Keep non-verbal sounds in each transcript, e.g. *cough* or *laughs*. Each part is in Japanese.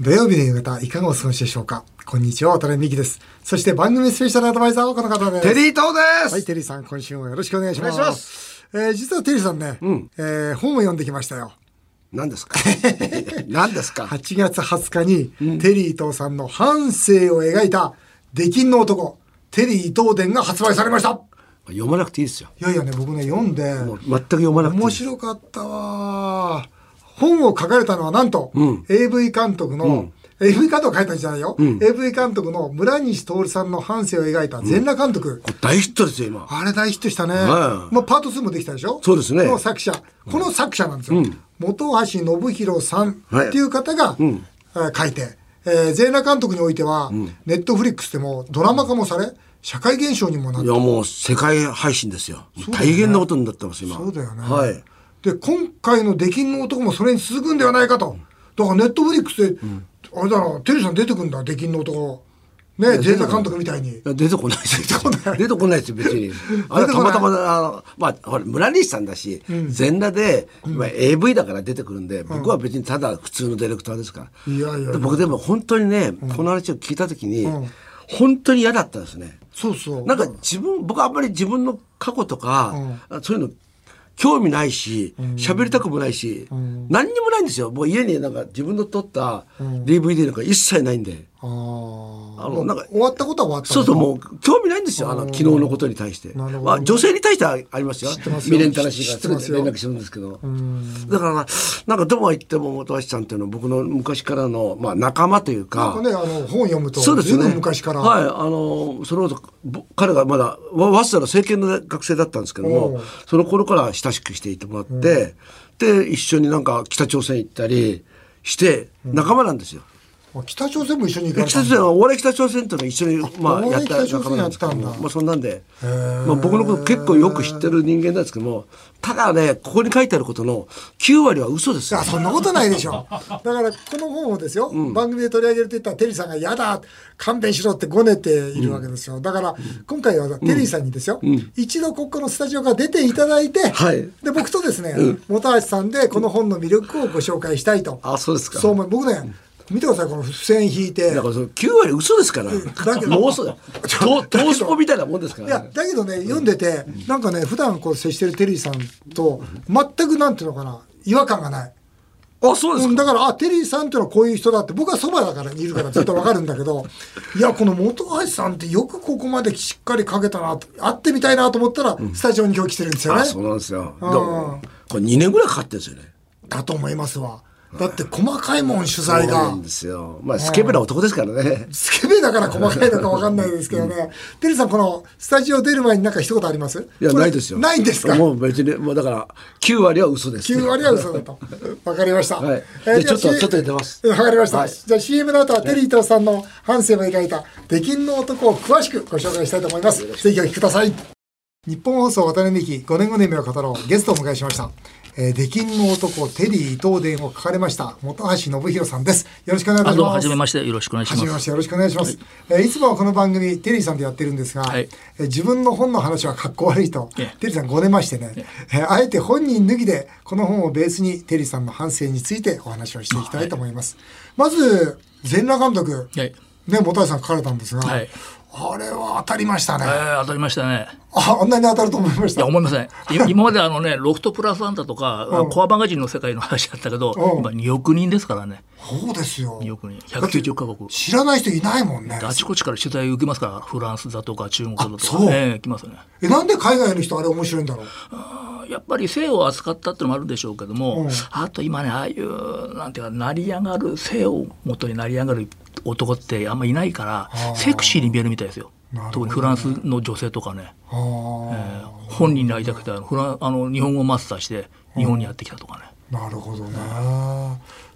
土曜日の夕方、いかがお過ごしでしょうかこんにちは、渡辺美希です。そして番組スペシャルアドバイザーはこの方です。テリー東です、はい、テリーさん、今週もよろしくお願いします。お願いしまえー実はテリーさんね、えー本を読んできましたよ。何で *laughs* すか何ですか8月20日に、テリー伊藤さんの半生を描いた、出禁の男、テリー伊藤伝が発売されました。読まなくていいですよ。いやいやね、僕ね、読んで、もう全く読まなくていい面。白かったわ本を書かれたのはなんと、AV 監督の、AV 監督が書いたんじゃないよ、AV 監督の村西徹さんの半生を描いた全裸監督、これ大ヒットですよ、今。あれ大ヒットしたね、はいまあ、パート2もできたでしょそうですねこの作者この作者なんですよ、本橋信弘さんはいっていう方が、えー書いて、えー、全裸監督においては、ネットフリックスでもドラマ化もされ社会現象にもなっいてや、もう世界配信ですよ。大変なことになってます、今。そうだよね。はい。で、今回の出禁の男もそれに続くんではないかと。だからネットフリックスで、あれだな、テリーさん出てくんだ、出禁の男。ね、全裸監督みたいにい。や出てこないですよ。出てこないですよ、別に。あれ *laughs* 出てたこなまいたま、あの、まあ、ほら、村西さんだし、全裸で、まあ、AV だから出てくるんで、僕は別にただ普通のディレクターですから。いやいやで僕でも本当にね、この話を聞いたときにん、本当に嫌だったんですね。そうそう。なんか自分、僕はあんまり自分の過去とか、そういうの、興味ないし、喋りたくもないし、何にもないんですよ。もう家になんか自分の撮った DVD なんか一切ないんで。あーあの、なんか、終わったことは終わったそうそう、もう興味ないんですよ。あの、昨日のことに対して。なるほどねまあ、女性に対してはありますよ。てますよ未練たらしいか知ってらますすぐよ連絡するんですけど。だからな、なんかどうは言っても、本橋さんっていうのは僕の昔からの、まあ、仲間というなんかか、ね、あの、本読むと、そうです随ね。分昔から。はい、あの、そのこそぼ彼がまだ、わ早稲田の政権の学生だったんですけどおうも、その頃から親しくしていてもらって、で、一緒になんか北朝鮮行ったりして、仲間なんですよ。あ北朝鮮も一緒に行か北れた朝んだ鮮は、お笑い北朝鮮というのを一緒に、まあ、おや笑っい北た朝仲鮮間なんですけどやもったん、だまあ、そんなんで、ーまあ、僕のこと結構よく知ってる人間なんですけども、ただね、ここに書いてあることの9割は嘘ですいよや、。そんなことないでしょ。だから、この本をですよ、番組で取り上げると言ったら、テリーさんが嫌だ、勘弁しろってごねているわけですよ。だから、今回はテリーさんにですよ、一度ここのスタジオから出ていただいて、はいで、僕とですね、本橋さんでこの本の魅力をご紹介したいと。あ、そうですか。そう思い、僕ね、見てください、この付箋引いて。だからその9割嘘ですから。だけど妄想だよ。と投資ポみたいなもんですかいやらね。だけどね読んでて、なんかね普段こう接してるテリーさんと全くなんていうのかな違和感がないあ、そうですうん、か。だから、あ、テリーさんってのはこういう人だって、僕はそばだからいるからずっとわかるんだけど、 *laughs* いや、この本橋さんってよくここまでしっかりかけたなと、会ってみたいなと思ったら、スタジオに今日来てるんですよねあ、。そうなんですよ。でもこれ2年ぐらいかかってるんですよね。だと思いますわ。だって細かいもん取材そうながん。ですよ。まあ、スケベな男ですからね。スケベだから細かいのかわかんないですけどね。テリーさん、このスタジオ出る前になんか一言ありますいや、ないですよ。ないんですかもう別に、もうだから、9割は嘘です。 9割は嘘だと。わかりました。はいーでちょっとじゃあちょっと入れてますうんわかりました。はいじゃあ CM の後はテリー伊藤さんの半生を描いた出禁の男を詳しくご紹介したいと思います。ぜひお聞きください。日本放送渡辺美希5年後の夢を語ろうゲストをお迎えしました。えー、出禁の男テリー伊藤伝を書かれました本橋信弘さんです。よろしくお願いいたあしどうも、まはす。じめまして、よろしくお願いしはじめま。ますしてよろしくお願いします、いえーいつもはこの番組テリーさんでやってるんですが、はいえー自分の本の話はかっこ悪いと、ええテリーさんごねましてね、えーあえて本人脱ぎでこの本をベースにテリーさんの反省についてお話をしていきたいと思います、まず全裸監督、はいね本橋さん書かれたんですが、はいあれは当たりましたね、えー当たりましたね。ああんなに当たると思いましいたや、思いません。い *laughs* 今まであのね、ロフトプラスアンダとか、コアマガジンの世界の話だったけど、うん今2億人ですからね。そうですよ2億人。190カ国。知らない人いないもんねあちこちから取材受けますから、フランスだとか中国だとあそうか、ええ来ますね。えなんで海外の人あれ面白いんだろうやっぱり性を扱ったってのもあるでしょうけども、あと今ねああいうなんていうか成り上がる性を元に成り上がる男ってあんまいないからセクシーに見えるみたいですよ、なるほど特にフランスの女性とかね、あーえー本人になりたくてあのフランあの日本語マスターして日本にやってきたとかね、なるほどね。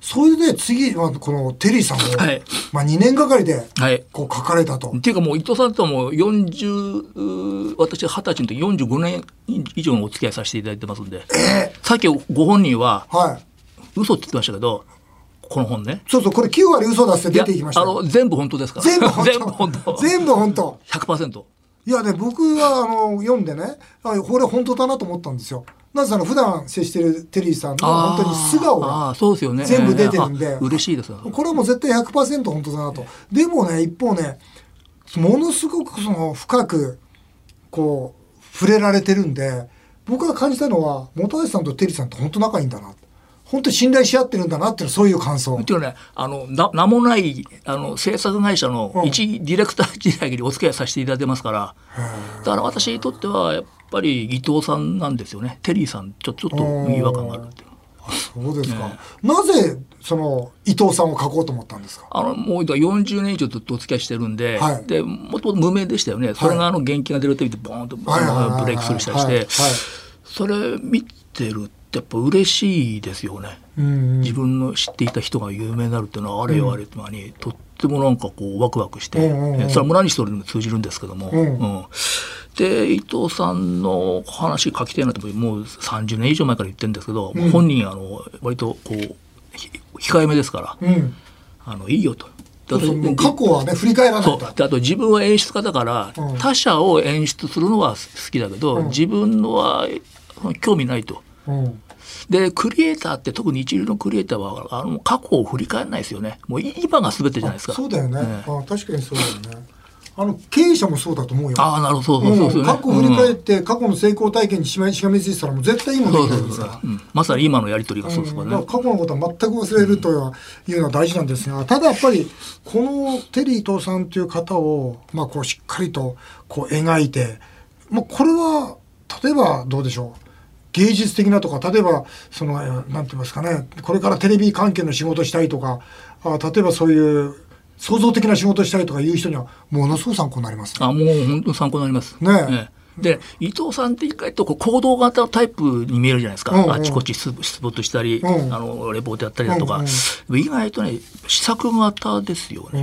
それで次はこのテリーさんを、はいまあ2年がかりではいこう書かれたと。っていうかもう伊藤さんとはもう40う私二十歳の時45年以上のお付き合いさせていただいてますんで、さっきご本人ははい。嘘って言ってましたけどこの本ねそうそうこれ9割嘘だって出ていきましたいやあよ。の全部本当ですから全部本当。全部本当全部本当100%いやね僕はあの読んでねあこれ本当だなと思ったんですよ。なんその普段接してるテリーさんの本当に素顔あーがそうですよね全部出てるんでえーあ嬉しいですこれはもう絶対100%本当だなとでもね一方ねものすごくその深くこう触れられてるんで僕が感じたのは本橋さんとテリーさんって本当仲いいんだな本当信頼し合ってるんだなっていうそういう感想っていうね、あの、な、名もない、あの、制作会社の一ディレクター時代にお付き合いさせていただいてますから、だから私にとっては、やっぱり伊藤さんなんですよね。テリーさん、ちょ、ちょっと違和感があるっていう。そうですか、なぜその伊藤さんを書こうと思ったんですかあの、もうだから40年以上ずっとお付き合いしてるんで、はいで、もともと無名でしたよね。それがあの、元気が出るテレビでボーンとブレはいはいはいはいイクするしたりしはいはてい、それ見てるってやっぱ嬉しいですよね。うん自分の知っていた人が有名になるっていうのはあれよあれとまに、とってもなんかこうワクワクして、うんうんうんえそれは村西とでも通じるんですけども、んうんで伊藤さんの話書きたいなと思ってもう30年以上前から言ってるんですけど、もう本人あの割とこうひ控えめですから、うんあのいいよと。そうそうもう過去はね振り返らないそうとであと自分は演出家だから、うん他者を演出するのは好きだけど、自分のはその興味ないと。うんでクリエイターって特に一流のクリエイターはあの過去を振り返らないですよねもう今が全てじゃないですかそうだよね、ええあ確かにそうだよねあの経営者もそうだと思うよああなるほどそううそんうそうですよね、過去振り返っうんて、過去の成功体験にしましがみついてたらもう絶対今できそうなそいうですそうから。うんまさに今のやり取りがそうですかうんらだね、から過去のことは全く忘れるというのは大事なんですが、ただやっぱり、このテリー伊藤さんという方を、まあ、こうしっかりとこう描いて、まあ、これは、例えばどうでしょう。芸術的なとか、例えば、その、えーなんて言いますかね、これからテレビ関係の仕事したいとか、あ例えばそういう創造的な仕事したいとかいう人には、ものすごく参考になりますね。あもう本当に参考になります。ねえで伊藤さんって意外とこう行動型のタイプに見えるじゃないですか、うんうんあちこちススポットしたり、うんあのレポートやったりだとか、うん意外とね試作型ですようね、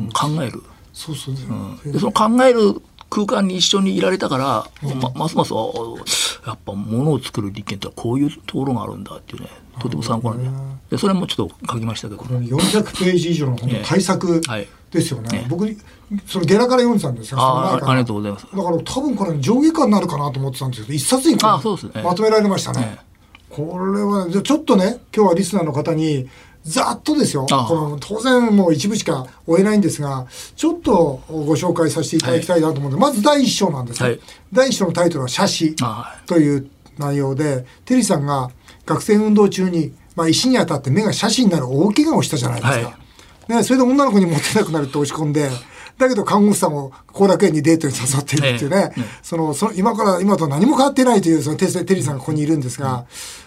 ん。考える。そうそうですね。でその考える空間に一緒にいられたから、まますますああやっぱ物を作る実験ってこういうところがあるんだっていうねとても参考なんで,、でそれもちょっと書きましたけど、 400ページ以上の本の対策はいですよね。ええ僕そのゲラから読んでたんですよ。そのあ前あかありがとうございますだから多分これ上下巻になるかなと思ってたんですけど、一冊にこうあそうですねまとめられましたねえ。これは、じゃあちょっとね、今日はリスナーの方に、ざっとですよ。ああこの当然もう一部しか追えないんですが、ちょっとご紹介させていただきたいなと思うので、まず第一章なんですね、はい第一章のタイトルは写真。あという内容で、テリーさんが学生運動中に、まあ、石に当たって目が斜視になる大怪我をしたじゃないですか。はね、それで女の子にモテなくなるって落ち込んで、だけど看護師さんも後楽園にデートに誘っているっていうね、えええそのその今から今と何も変わってないというそのテテリーさんがここにいるんですが、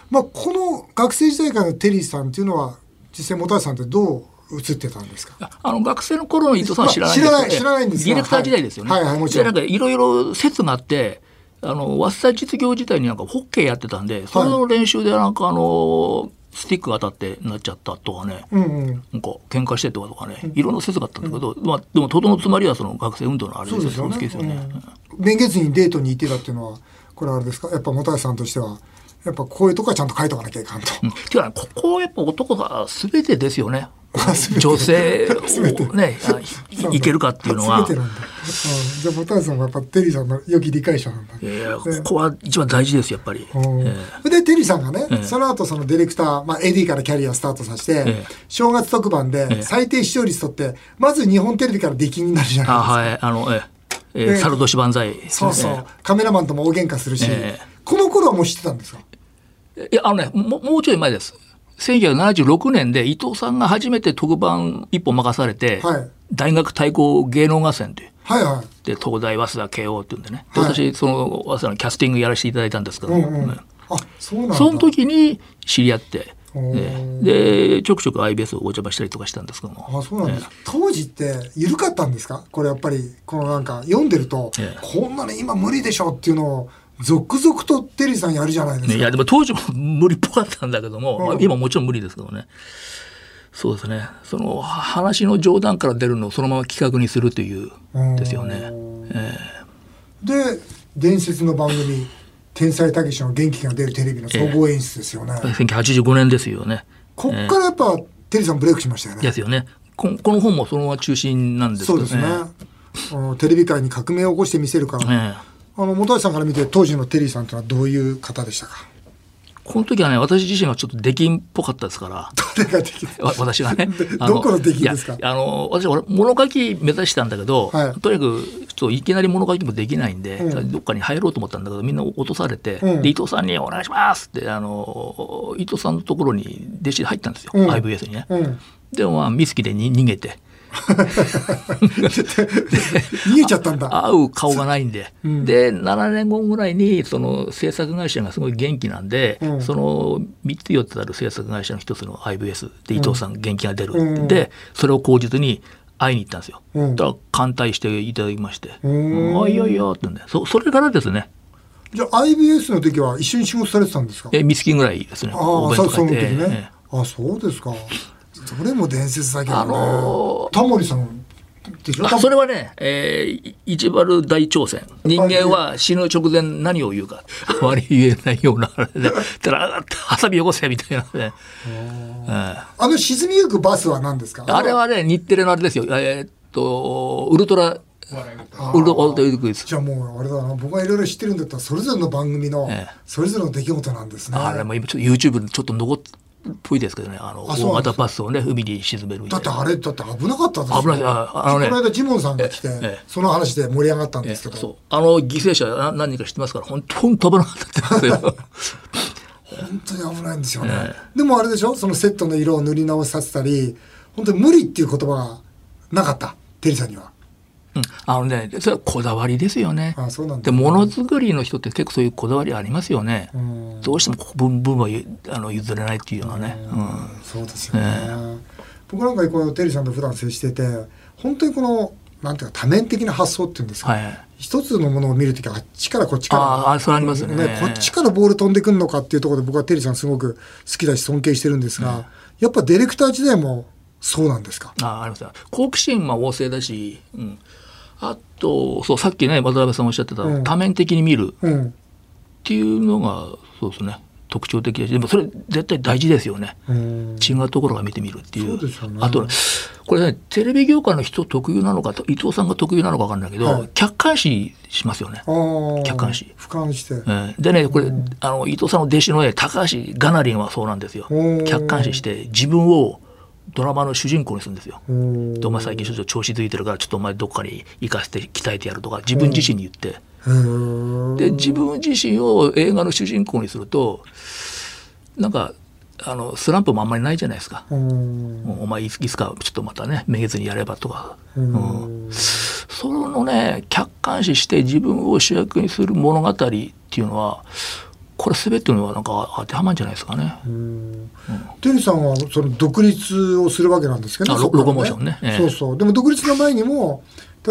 まあ、この学生時代からのテリーさんっていうのは実際本橋さんってどう映ってたんですかあの学生の頃の伊藤さんは知らなまあい知らない知らないんですがディレクター時代ですよね。はいはいはいもちろんでなんかいろいろ説があって、あの早稲田実業時代になんかホッケーやってたんで、それの練習でなんかあのスティックが当たってなっちゃったとかね。うんうん。なんか喧嘩してとかとかね、いろんな説があったんだけど、まあでもとどのつまりはその学生運動のあれですよ。そう好きでですすよよねね。年月にデートに行ってたっていうのは、これはあれですかやっぱ本橋さんとしては、やっぱこういうとこはちゃんと書いとかなきゃいかんと。うんていうかねここはやっぱ男が全てですよね。女性をね、あいけるかっていうのは全。てなんだ。うん、じゃあ、ボタンさんはやっぱテリーさんの良き理解者なんだ。いやいやここは一番大事ですよやっぱり。うんええで、テリーさんがね、えその後そのディレクター、まあ、AD からキャリアスタートさせて、ええ正月特番でえ最低視聴率取って、まず日本テレビから出禁になるじゃないですかあ。はいあのえええでえ猿年万歳そうそう、カメラマンとも大喧嘩するし、ええこの頃はもう知ってたんですかいやあのねももうちょい前です1976年で伊藤さんが初めて特番一本任されて、はい大学対抗芸能合戦ではいはい。で東大早稲田慶応っていうんでねではい私その早稲田のキャスティングやらせていただいたんですけど、うんうん。ねあ、そうなんだ。その時に知り合って、おーええでちょくちょく IBS をお邪魔したりとかしたんですけどもあそうなんです、当時って緩かったんですかこれやっぱりこのなんか読んでると、ええこんなの今無理でしょっていうのを続々とテリーさんやるじゃないですね、いか、やでも当時も無理っぽかったんだけども、うんまあ今もちろん無理ですけどねそうですねそのは話の冗談から出るのをそのまま企画にするといううんですよね、えで伝説の番組「天才たけしの元気が出るテレビ」の総合演出ですよね、え1985年ですよねこっからやっぱ、テリーさんブレイクしましたよねですよねここの本もそのまま中心なんですけそうどねですね、うんテレビ界に革命を起こしてみせるから、ええあの本橋さんから見て当時のテリーさんというのはどういう方でしたかこの時はね私自身はちょっと出禁っぽかったですからどれができるわ私はねどあのどこの出来 *laughs* ですかいやあの私俺物書き目指したんだけど、はいとにかくちょっといきなり物書きもできないんで、うんどっかに入ろうと思ったんだけどみんな落とされて、うんで伊藤さんに「お願いします」ってあの伊藤さんのところに弟子で入ったんですよ、うん IVS にね。うんでもまあミスキでに逃げて逃げちゃったんだ会う顔がないんで、うんで7年後ぐらいにその制作会社がすごい元気なんで、うんその3つ4つある制作会社の一つの IBS で伊藤さん元気が出るって、うんでそれを口実に会いに行ったんですよ、うんだから歓待していただきまして「うんあいやいや」ってねそそれからですねじゃあ IBS の時は一緒に仕事されてたんですかえ三月ぐらいですねああそその会時でね、あそうですかそれも伝説だけどね、あのータモリさんでしょあそれはね、えー、い一丸大挑戦人間は死ぬ直前何を言うかあまり言えないようなあれで「たらハサミよこせ」みたいなね、ええあの沈みゆくバスは何ですかあれはね日テレのあれですよえーっとウルトラあーウルトラウルトラクイズじゃあもうあれだな僕がいろいろ知ってるんだったらそれぞれの番組のええそれぞれの出来事なんですね、あれも今ちょっと YouTube にちょっと残っぽいですけどねあのあそう大なんです型バスをね海に沈めるみだたっいてなあれだって危なかったですよ危ないああのねこの間ジモンさんが来て、ええその話で盛り上がったんえでえすけど、そうあの犠牲者な何人か知ってますから本当に飛ばなかったんですよ本当に危ないんですよね、でもあれでしょそのセットの色を塗り直させたり本当に無理っていう言葉がなかったテリーさんにはうんあのねそれはこだわりですよねあそうなんだでものづくりの人って結構そういうこだわりありますよねんどうしてもこう分分はゆあの譲れないっていうのはねうんそうですよね、僕なんかこうテリーさんと普段接してて本当にこのなんていうか多面的な発想っていうんですか、はい一つのものを見るときはあっちからこっちからああそれありますよねこっちからボール飛んでくるのかっていうところで僕はテリーさんすごく好きだし尊敬してるんですが、やっぱディレクター時代もそうなんですかあありますよ好奇心は旺盛だし、うん、あとそうさっきね渡辺さんおっしゃってた、うん多面的に見るっうん、ていうのがそうですね特徴的だしでもそれ絶対大事ですよね、うん、違うところが見てみるっていうそうですよねあとねこれねテレビ業界の人特有なのかと伊藤さんが特有なのか分かんないけど、はい客観視しますよね。あー客観視俯瞰して、うんでねこれ、あの伊藤さんの弟子のね高橋ガナリンはそうなんですようん客観視して自分をドラマの主人公にするんですよ。うんでお前最近ちょっと調子づいてるからちょっとお前どっかに行かせて鍛えてやるとか自分自身に言って、うんで自分自身を映画の主人公にするとなんかあのスランプもあんまりないじゃないですか、うんもうお前いついつかちょっとまたねめげずにやればとか、ううんんそのね客観視して自分を主役にする物語っていうのはこれ全てのはなんか当てはまるんじゃないですかね。テリーさんはその独立をするわけなんですけど、あそこからロロコモーションねええそうそうでも独立の前にも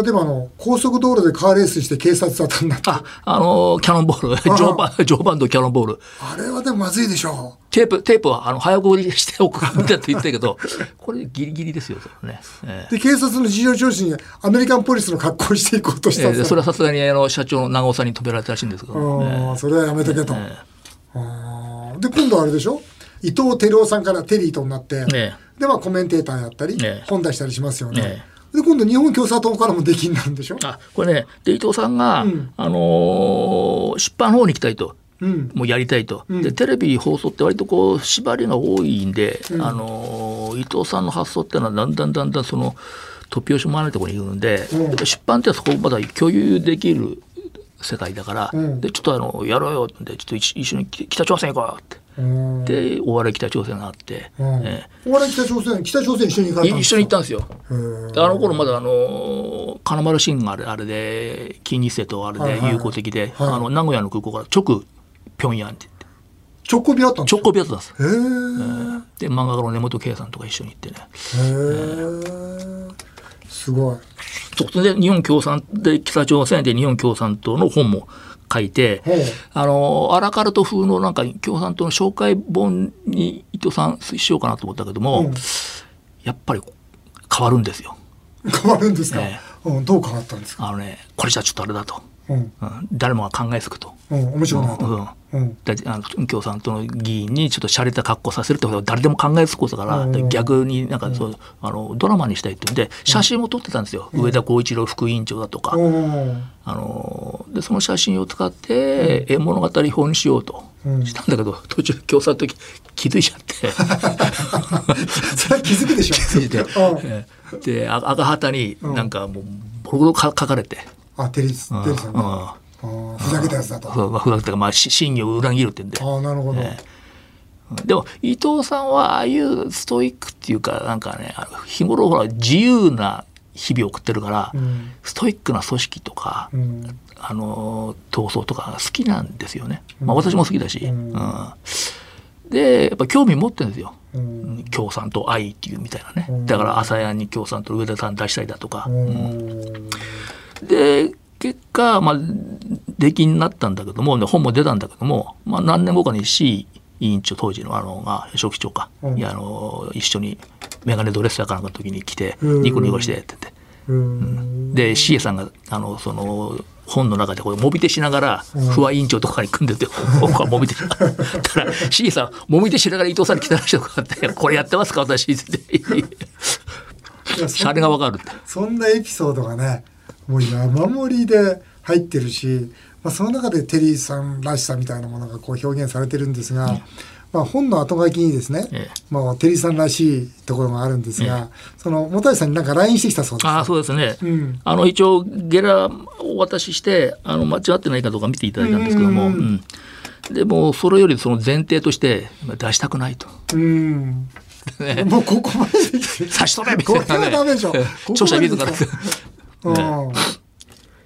例えばあの高速道路でカーレースして警察沙汰になったああのキャノンボール常磐常磐道キャノンボールあれはでもまずいでしょテープ、テープは、あの、早送りしておくみたいなと言ったけど、 *laughs* これギリギリですよ、それね。えうで警察の事情聴取にアメリカンポリスの格好をしていこうとしえたえんえですよそれはさすがに、あの、社長の長尾さんに止められたらしいんですけど、ね、あーそれはやめとけと。あーで今度はあれでしょ伊藤輝夫さんからテリーとなって、えでまあコメンテーターやったり、ええ本出したりしますよねえ。で今度日本共産党からもできになるんでしょあ、これね、で、伊藤さんが、んあのー出版の方に行きたいと。うんもうやりたいと、んでテレビ放送って割とこう縛りが多いんで、あのー伊藤さんの発想っていうのはだんだんだんだんその突拍子もないところに行くんで、うん出版ってそこまだ共有できる世界だから、んでちょっとあのやろうよってちょっと一一緒に北朝鮮行こううーんって、でお笑い北朝鮮があって、うんえお笑い北朝鮮北朝鮮一緒に行かえれたんいで一す緒かに行ったんですよ。へであの頃まだあのー金丸信があれあれで金日成とあれはいはいはいで友好的で、はいあの名古屋の空港から直平壌ってー直行便だったんです直か行便だったんですへーで漫画家の根本圭さんとか一緒に行ってねへーすごい。そこで日本共産で北朝鮮で日本共産党の本も書いてほうあのアラカルト風のなんか共産党の紹介本に伊藤さんしようかなと思ったけども、うんやっぱり変わるんですよ。変わるんですか、えうん、どう変わったんですかあのねこれじゃちょっとあれだとうんうん誰もが考えつくと。うん面白くなかっううんん、だあの共産党の議員にちょっと洒落た格好させるってことは誰でも考えつくことだから、で逆になんかそう、あのドラマにしたいって言うんで写真も撮ってたんですよ、上田浩一郎副委員長だとか、た。おお。あのでその写真を使って絵物語表にしようとうんしたんだけど、途中共産党気気づいちゃって。それは気づくでしょ。気ついてうん。ええであ赤旗になんかもうボロボロか書かれて、あ、テリス、テリさんね。うんあーふざけたやつだと。ふわふわってかまあし真意を裏切るってんでああ、なるほど。でも伊藤さんはああいうストイックっていうかなんかねあの日頃ほら自由な日々を送ってるから、うんストイックな組織とか、うん。あの闘争とかが好きなんですよね、まあ、私も好きだし、んうんでやっぱ興味持ってるんですよ、うん。共産党愛っていうみたいなね、うんだから朝やんに共産党の上田さん出したりだとか、うん。で結果、まあ、出禁になったんだけどもで本も出たんだけども、まあ、何年後かに C 委員長当時のあのが書記長か、うんいやあの一緒にメガネドレッサーかなんかの時に来てうんニコニコしてって言って。うん。で CA さんがあのその本の中でこれもみ手しながら不破委員長とかに組んでて、 *laughs* 僕はもみ手しながらた *laughs* だ CA さんもみ手しながら伊藤さんに来たらしいとかあって「これやってますか *laughs* 私」って言っていや「シそャレがわかる」って。そんなエピソードがね、もう山盛りで入ってるし、まあ、その中でテリーさんらしさみたいなものがこう表現されてるんですが、まあ、本の後書きにですね、ええまあ、テリーさんらしいところがあるんですが、その本橋さんになんか LINE してきたそうです。ああそうですね、うんあの一応ゲラお渡ししてあの間違ってないかどうか見ていただいたんですけども、うんうんううんでもうそれよりその前提として出したくないと。うん。もうここまで来て差し取れみこたれい *laughs* な、ね、はダメでし *laughs* ょ。ここま著者自でら来てうん。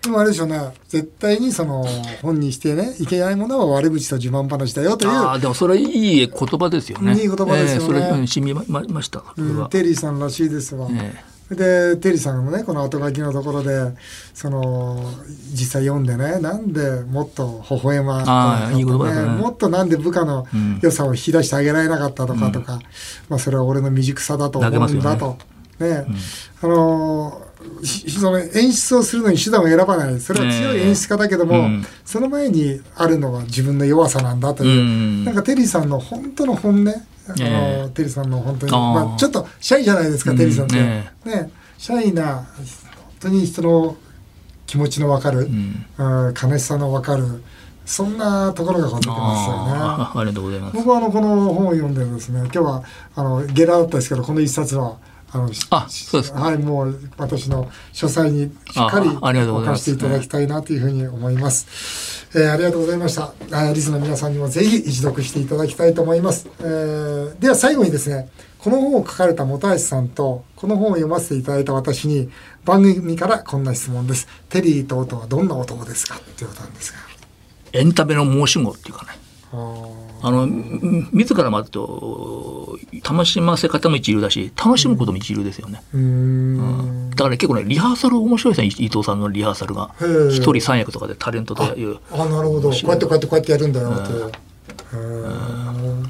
でもあれでしょうね、絶対にその本にしてね、いけないものは悪口と自慢話だよという、ああでもそれいい言葉ですよねいい言葉ですよねええそれうん染みままましたそれうはん、、テリーさんらしいですわ。えでテリーさんのねこの後書きのところでその実際読んでねなんでもっと微笑まなかったあーいい言葉だねもっとなんで部下の良さを引き出してあげられなかったとかとか、まあ、それは俺の未熟さだと思うんだと。ねあのーしその演出をするのに手段を選ばないそれは強い演出家だけども、ええうんその前にあるのは自分の弱さなんだという、うんなんかテリーさんの本当の本音、あのーえテリーさんの本当にあーまあ、ちょっとシャイじゃないですか、うんテリーさんって、ねねシャイな本当に人の気持ちの分かる、んうん悲しさの分かるそんなところがこう出てますよね。ああありがとうございます僕はあのこの本を読んでですね今日はあのゲラだったんですけどこの一冊はあのあそうですかはいもう私の書斎にしっかりあありがとう置ございかませてすいただきたいなというふうに思います。えーありがとうございました。あーリスの皆さんにもぜひ一読していただきたいと思います。えーでは最後にですねこの本を書かれた本橋さんとこの本を読ませていただいた私に番組からこんな質問です。テリーと音はどんな男ですかということなんですが。エンタメの申し子っていうかねあーあのみ自らもあと楽しませ方も一流だし楽しむことも一流ですよね、うーんだから結構ねリハーサル面白いですね伊藤さんのリハーサルがへー一人三役とかでタレントとかいうあなるほどこうやってこうやってこうやってやるんだよっていうへー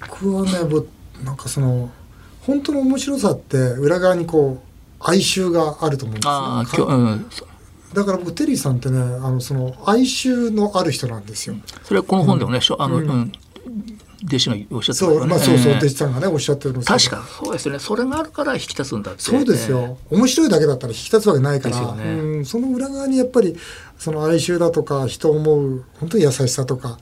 僕はねぼなんかその本当の面白さって裏側にこう哀愁があると思うんですよああか今日、うん、そだから僕テリーさんってねあのその哀愁のある人なんですよそれはこの本でもね、しょあの、うん弟子がおっしゃってそうまあそうそうええ弟子さんがねおっしゃってるんですけど確かそうですよねそれがあるから引き立つんだってそうですよ、面白いだけだったら引き立つわけないから、ですよねうん、その裏側にやっぱりその哀愁だとか人を思う本当に優しさとか、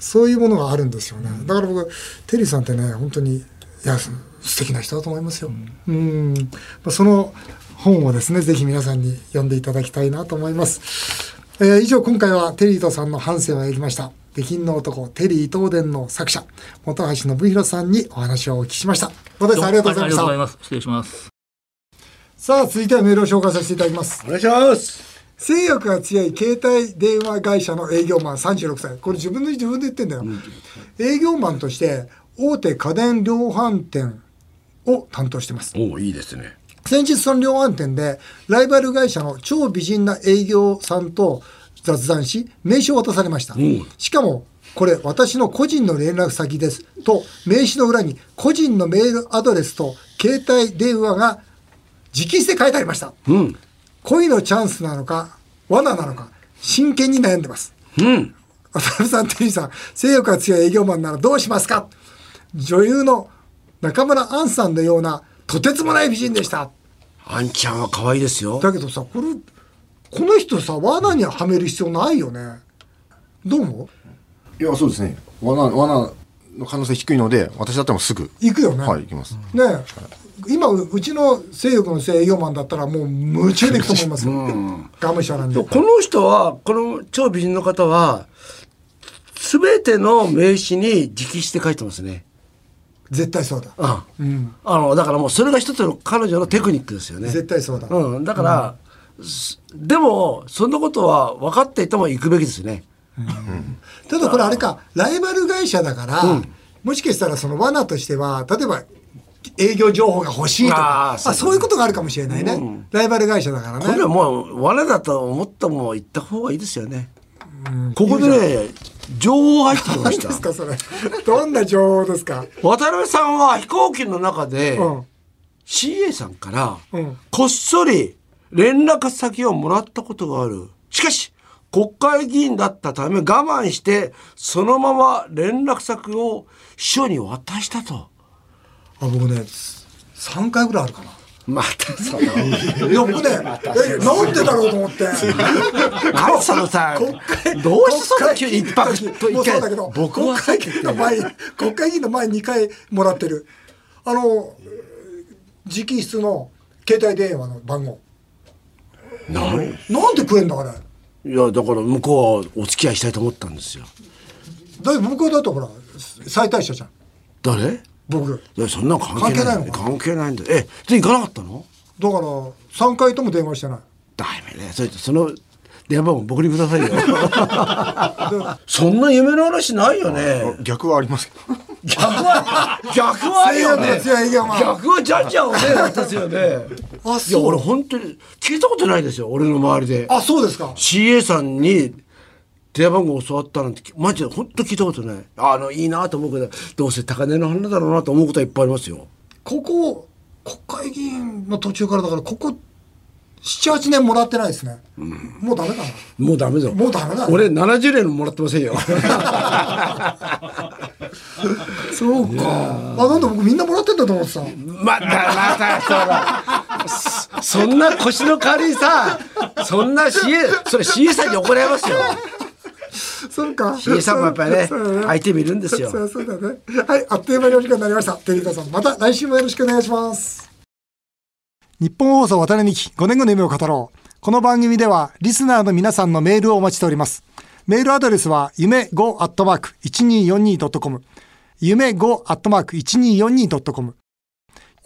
そういうものがあるんですよねだから僕テリーさんってね本当にいやす素敵な人だと思いますよ、うんまあ、その本をですねぜひ皆さんに読んでいただきたいなと思います、えー以上今回はテリーとさんの半生を描きました「出禁の男テリー東電」の作者本橋信弘さんにお話をお聞きしました本橋どうさんもありがとうございましたありがとうございます失礼しますさあ続いてはメールを紹介させていただきますお願いします性欲が強い携帯電話会社の営業マン36歳これ自分で自分で言ってんだよ、営業マンとして大手家電量販店を担当してますおおいいですね先日その量販店でライバル会社の超美人な営業さんと雑談し名刺を渡されました、んしかもこれ私の個人の連絡先ですと名刺の裏に個人のメールアドレスと携帯電話が直筆で書いてありましたうん恋のチャンスなのか罠なのか真剣に悩んでます。うん。渡辺さん、テリーさん、性欲が強い営業マンならどうしますか女優の中村アンさんのようなとてつもない美人でした。あんちゃんは可愛いですよ。だけどさ、これ、この人さ、罠にはめる必要ないよね。どうもいや、そうですね。罠、罠の可能性低いので、私だったらもうすぐ。行くよね。はい、行きます。ねえ今ううちの性欲の性営業マンだったらもう夢中でいくと思いますよ。がむしゃらに。でもこの人は、この超美人の方は、すべての名詞に直して書いてますね。絶対そうだ。うん。あの、だからもうそれが一つの彼女のテクニックですよね。絶対そうだ。うん。だから、すでも、そんなことは分かっていても行くべきですね。ただこれあれか、ライバル会社だから、もしかしたらその罠としては、例えば、営業情報が欲しいとか、ああーそそうういうことがあるかもしれないね。ライバル会社だからこれはね。もう、我だと思ったも行った方がいいですよね。ここでね、情報入ってきま何しでたす。か、それ。どんな情報ですか。渡辺さんは飛行機の中で、うん。 CA さんからうん、こっそり連絡先をもらったことがある。しかし、国会議員だったため我慢して、そのまま連絡先を秘書に渡したと。あ、僕ね、3回ぐらいあるかな。またその、いや、僕ね、え、なんでだろうと思 *laughs* って。あれそのさ、国会どうしてそんな急に一泊ともう一そう回だけど、僕は国会議員の前、国会議員の前2回もらってる。あの、直筆の携帯電話の番号。何なんでくれんだ、あれ。だいや、だから向こうはお付き合いしたいと思ったんですよ。って僕はだってほら、最大者じゃん。誰い僕。や、そんなの関係な関係ない。いのか関係ないんだ。え、で、行かなかったのだから、3回とも電話してない。ダメだよ。それとその電話番号僕にください *laughs* よ。そんな夢の話ないよね。逆はありますけど。逆は逆はあるよね。強いよまあ逆はジャッジャーをね渡すよね。あいやそう俺本当に聞いたことないですよ。俺の周りで。あ、そうですか。 CA さんに電話番号教わったなんてマジで本当聞いたことない。あのいいなと思うけどどうせ高値の花だろうなと思うことはいっぱいありますよ。ここ、国会議員の途中からだから、ここ、7、8年もらってないですね。もうダメかな。もうダメだ。もうダメだ俺70年もらってませんよ。 *laughs* そうか。あ、なんだ僕みんなもらってんだと思ってた。またまたそうだそそんな腰の代わりにさそんな CA それ CA さんに怒られますよそうか。 CA さんもやっぱりね *laughs* そうだ相手見るんですよそうそうだね。はい、あっという間にお時間になりました。テリータさん、また来週もよろしくお願いします。日本放送渡辺美希5年後の夢を語ろう。この番組ではリスナーの皆さんのメールをお待ちしております。メールアドレスは夢 5-1242.com 夢 5-1242.com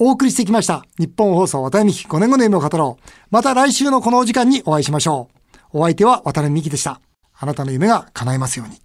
お送りしてきました。日本放送渡辺美希5年後の夢を語ろう。また来週のこのお時間にお会いしましょう。お相手は渡辺美希でした。あなたの夢が叶いますように。